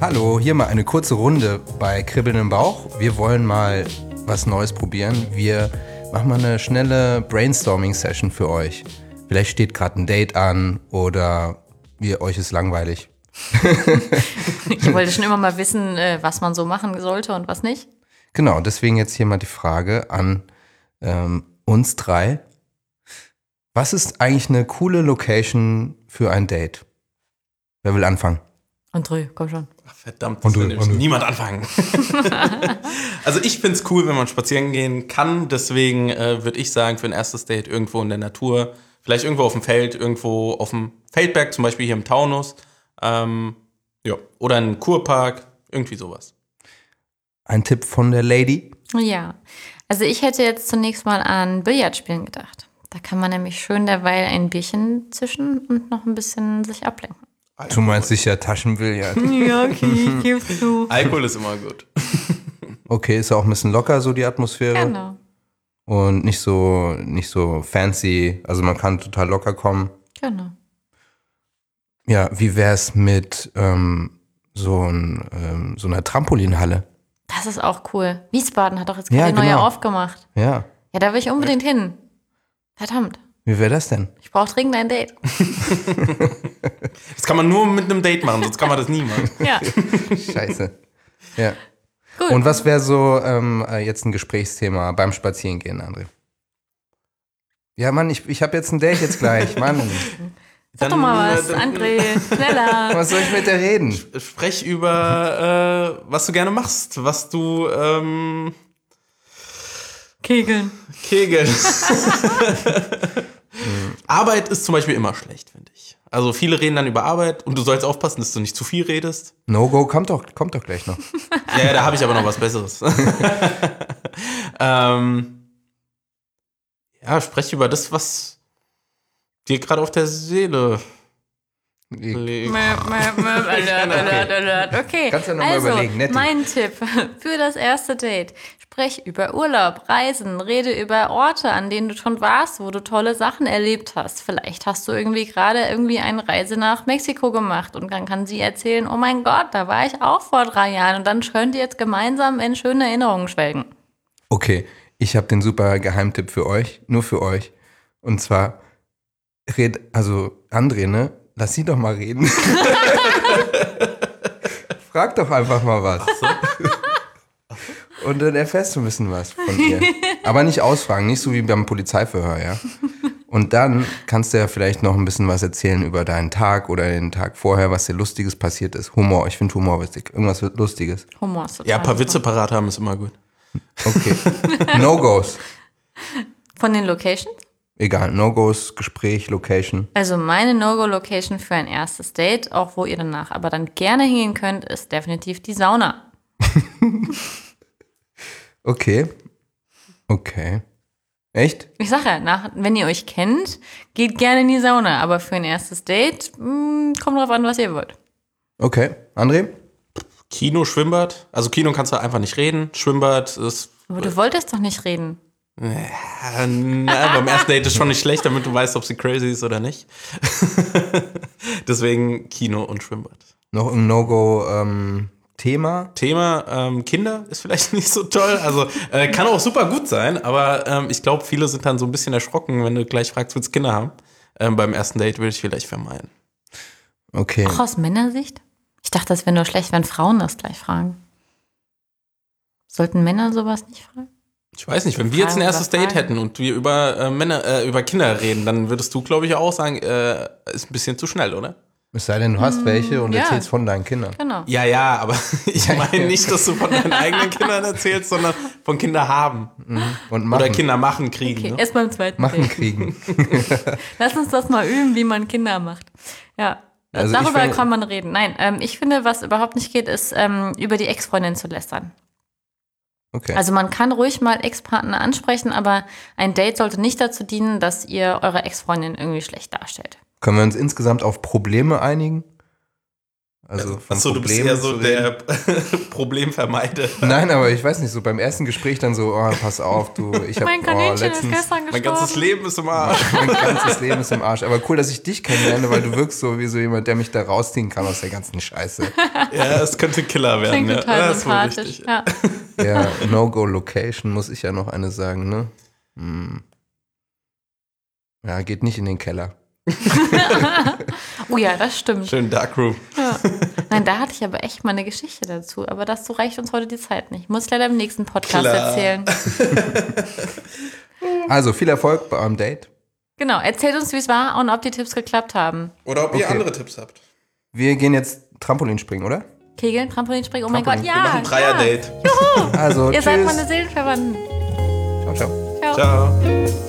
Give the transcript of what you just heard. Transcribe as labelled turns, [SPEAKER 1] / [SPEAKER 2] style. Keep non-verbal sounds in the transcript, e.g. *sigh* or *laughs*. [SPEAKER 1] Hallo, hier mal eine kurze Runde bei Kribbeln im Bauch. Wir wollen mal was Neues probieren. Wir machen mal eine schnelle Brainstorming-Session für euch. Vielleicht steht gerade ein Date an oder ihr, euch ist langweilig.
[SPEAKER 2] Ich wollte schon immer mal wissen, äh, was man so machen sollte und was nicht.
[SPEAKER 1] Genau, deswegen jetzt hier mal die Frage an ähm, uns drei. Was ist eigentlich eine coole Location für ein Date? Wer will anfangen?
[SPEAKER 2] André, komm schon.
[SPEAKER 1] Und
[SPEAKER 3] Verdammt, das
[SPEAKER 1] du-
[SPEAKER 3] will nämlich
[SPEAKER 1] und du-
[SPEAKER 2] *laughs*
[SPEAKER 3] niemand anfangen. also ich finde es cool, wenn man spazieren gehen kann. Deswegen äh, würde ich sagen, für ein erstes Date irgendwo in der Natur, vielleicht irgendwo auf dem Feld, irgendwo auf dem Feldberg, zum Beispiel hier im Taunus. Ähm, ja. Oder in einem Kurpark, irgendwie sowas.
[SPEAKER 1] Ein Tipp von der Lady?
[SPEAKER 2] Ja, also ich hätte jetzt zunächst mal an Billardspielen gedacht. Da kann man nämlich schön derweil ein Bierchen zischen und noch ein bisschen sich ablenken.
[SPEAKER 1] Du meinst sicher Taschenbillard.
[SPEAKER 2] Ja, okay, ich gebe zu.
[SPEAKER 3] Alkohol ist immer gut.
[SPEAKER 1] Okay, ist auch ein bisschen locker so die Atmosphäre
[SPEAKER 2] Genau,
[SPEAKER 1] und nicht so nicht so fancy. Also man kann total locker kommen.
[SPEAKER 2] genau.
[SPEAKER 1] Ja, wie wär's mit ähm, so, ein, ähm, so einer Trampolinhalle?
[SPEAKER 2] Das ist auch cool. Wiesbaden hat doch jetzt
[SPEAKER 1] Ja,
[SPEAKER 2] gerade die neue
[SPEAKER 1] genau.
[SPEAKER 2] aufgemacht.
[SPEAKER 1] Ja,
[SPEAKER 2] Ja, da will ich unbedingt hin. Verdammt,
[SPEAKER 1] wie wäre das denn?
[SPEAKER 2] ich brauche dringend ein Date.
[SPEAKER 3] Das kann man nur mit einem Date machen, sonst kann man das nie machen.
[SPEAKER 2] Ja,
[SPEAKER 1] Scheiße. ja.
[SPEAKER 2] Gut.
[SPEAKER 1] Und was wäre so ähm, äh, jetzt ein Gesprächsthema beim Spazierengehen, André? Ja, Mann, ich, ich habe jetzt ein Date jetzt gleich. Mann,
[SPEAKER 2] sag doch
[SPEAKER 3] äh,
[SPEAKER 2] mal was, André, *laughs* schneller.
[SPEAKER 1] was soll ich mit der reden?
[SPEAKER 3] Sprech über, äh, was du gerne machst, was du ähm,
[SPEAKER 2] Kegeln.
[SPEAKER 3] Kegel. *laughs* Arbeit ist zum Beispiel immer schlecht, finde ich. Also viele reden dann über Arbeit und du sollst aufpassen, dass du nicht zu viel redest.
[SPEAKER 1] No-Go kommt doch, kommt doch gleich noch.
[SPEAKER 3] Ja, ja, da habe ich aber noch was Besseres. *laughs* ähm, ja, sprech über das, was dir gerade auf der Seele liegt.
[SPEAKER 2] Möp,
[SPEAKER 1] *laughs*
[SPEAKER 2] möp, möp, alert, alert, alert. Okay,
[SPEAKER 1] Kannst ja noch mal
[SPEAKER 2] also
[SPEAKER 1] überlegen, Nettie.
[SPEAKER 2] mein Tipp *laughs* für das erste Date. Sprech über Urlaub, Reisen, rede über Orte, an denen du schon warst, wo du tolle Sachen erlebt hast. Vielleicht hast du irgendwie gerade irgendwie eine Reise nach Mexiko gemacht und dann kann sie erzählen, oh mein Gott, da war ich auch vor drei Jahren und dann könnt ihr jetzt gemeinsam in schöne Erinnerungen schwelgen.
[SPEAKER 1] Okay, ich habe den super Geheimtipp für euch, nur für euch. Und zwar, red, also André, ne? Lass sie doch mal reden. Frag doch einfach mal was. Und dann erfährst du ein bisschen was von ihr. Aber nicht ausfragen, nicht so wie beim Polizeiverhör, ja? Und dann kannst du ja vielleicht noch ein bisschen was erzählen über deinen Tag oder den Tag vorher, was dir Lustiges passiert ist. Humor, ich finde Humor wichtig. Irgendwas Lustiges.
[SPEAKER 2] Humor ist total
[SPEAKER 3] Ja, ein paar
[SPEAKER 2] super.
[SPEAKER 3] Witze parat haben ist immer gut.
[SPEAKER 1] Okay. No-Gos.
[SPEAKER 2] Von den Locations?
[SPEAKER 1] Egal, No-Gos, Gespräch, Location.
[SPEAKER 2] Also meine No-Go-Location für ein erstes Date, auch wo ihr danach aber dann gerne hingehen könnt, ist definitiv die Sauna.
[SPEAKER 1] Okay. Okay. Echt?
[SPEAKER 2] Ich sage ja, nach, wenn ihr euch kennt, geht gerne in die Sauna. Aber für ein erstes Date, mh, kommt drauf an, was ihr wollt.
[SPEAKER 1] Okay. André?
[SPEAKER 3] Kino, Schwimmbad. Also Kino kannst du einfach nicht reden. Schwimmbad ist
[SPEAKER 2] Aber du wolltest doch nicht reden.
[SPEAKER 3] Äh, Na, beim ersten Date ist schon nicht schlecht, damit du weißt, ob sie crazy ist oder nicht. *laughs* Deswegen Kino und Schwimmbad.
[SPEAKER 1] Noch ähm, ein No-Go-Thema?
[SPEAKER 3] Thema ähm, Kinder ist vielleicht *laughs* nicht so toll. Also äh, kann auch super gut sein, aber ähm, ich glaube, viele sind dann so ein bisschen erschrocken, wenn du gleich fragst, willst du Kinder haben? Ähm, beim ersten Date würde ich vielleicht vermeiden.
[SPEAKER 1] okay.
[SPEAKER 2] Auch aus Männersicht? Ich dachte, das wäre nur schlecht, wenn Frauen das gleich fragen. Sollten Männer sowas nicht fragen?
[SPEAKER 3] Ich weiß nicht, wenn wir jetzt ein
[SPEAKER 2] Fragen
[SPEAKER 3] erstes
[SPEAKER 2] über Fragen.
[SPEAKER 3] Date hätten und wir über äh, Männer, äh, über Kinder reden, dann würdest du, glaube ich, auch sagen, äh, ist ein bisschen zu schnell, oder?
[SPEAKER 1] Es sei denn, du hast welche und
[SPEAKER 2] Mm, ja.
[SPEAKER 1] erzählst von deinen Kindern.
[SPEAKER 2] Genau.
[SPEAKER 3] Ja, ja, aber *laughs* ich meine nicht, dass du von deinen eigenen Kindern erzählst, sondern von Kinder haben.
[SPEAKER 1] Und machen,
[SPEAKER 3] Oder Kinder machen, kriegen.
[SPEAKER 2] Okay,
[SPEAKER 3] Ne?
[SPEAKER 2] erst beim zweiten
[SPEAKER 1] genau.
[SPEAKER 2] *laughs*
[SPEAKER 1] machen
[SPEAKER 2] Date.
[SPEAKER 1] kriegen.
[SPEAKER 2] Lass uns das mal üben, wie man Kinder macht. Ja.
[SPEAKER 1] Also ich
[SPEAKER 2] Darüber
[SPEAKER 1] find-
[SPEAKER 2] kann man reden. Nein, ähm, ich finde, was überhaupt nicht geht, ist, ähm, über die Ex-Freundin zu lästern.
[SPEAKER 1] Okay.
[SPEAKER 2] Also man kann ruhig mal Ex-Partner ansprechen, aber ein Date sollte nicht dazu dienen, dass ihr eure Ex-Freundin irgendwie schlecht darstellt.
[SPEAKER 1] Können wir uns insgesamt auf Probleme einigen? Also von
[SPEAKER 3] Achso, du bist
[SPEAKER 1] Problemen
[SPEAKER 3] ja so
[SPEAKER 1] zu reden.
[SPEAKER 3] der *laughs* Problemvermeider.
[SPEAKER 1] Nein, aber ich weiß nicht, so beim ersten Gespräch dann so, oh, pass auf, du, ich habe
[SPEAKER 2] *laughs* Mein
[SPEAKER 1] oh,
[SPEAKER 2] Kaninchen ist
[SPEAKER 1] letztens
[SPEAKER 2] gestern gestorben.
[SPEAKER 3] Mein ganzes Leben ist im Arsch.
[SPEAKER 1] mein ganzes Leben ist im Arsch. Aber cool, dass ich dich kennenlerne, weil du wirkst so wie so jemand, der mich da rausziehen kann aus der ganzen Scheiße.
[SPEAKER 3] Ja, es könnte ein Killer werden.
[SPEAKER 2] Klingt
[SPEAKER 3] Ja.
[SPEAKER 2] total
[SPEAKER 3] ja, ist wohl
[SPEAKER 2] sympathisch.
[SPEAKER 3] richtig.
[SPEAKER 2] Ja.
[SPEAKER 1] Ja, No-Go-Location muss ich ja noch eine sagen, ne? Hm. Ja, geht nicht in den Keller.
[SPEAKER 2] Oh ja, das stimmt.
[SPEAKER 3] Schön Darkroom.
[SPEAKER 2] Ja. *laughs* Nein, da hatte ich aber echt mal eine Geschichte dazu. Aber dazu reicht uns heute die Zeit nicht. Muss ich leider im nächsten Podcast
[SPEAKER 3] Klar.
[SPEAKER 2] erzählen.
[SPEAKER 1] Also viel Erfolg beim Date.
[SPEAKER 2] Genau, erzählt uns, wie es war und ob die Tipps geklappt haben.
[SPEAKER 3] Oder ob ihr
[SPEAKER 1] Okay.
[SPEAKER 3] andere Tipps habt.
[SPEAKER 1] Wir gehen jetzt Trampolin springen, oder?
[SPEAKER 2] Kegeln, Trampolinspringen, oh mein Gott,
[SPEAKER 1] Trampolin.
[SPEAKER 2] ja.
[SPEAKER 3] Wir machen ein Dreier-Date.
[SPEAKER 1] Also
[SPEAKER 2] Ja. Ihr
[SPEAKER 1] tschüss.
[SPEAKER 2] seid meine Seelenverwandten.
[SPEAKER 1] ciao, ciao.
[SPEAKER 2] Ciao.
[SPEAKER 3] Ciao.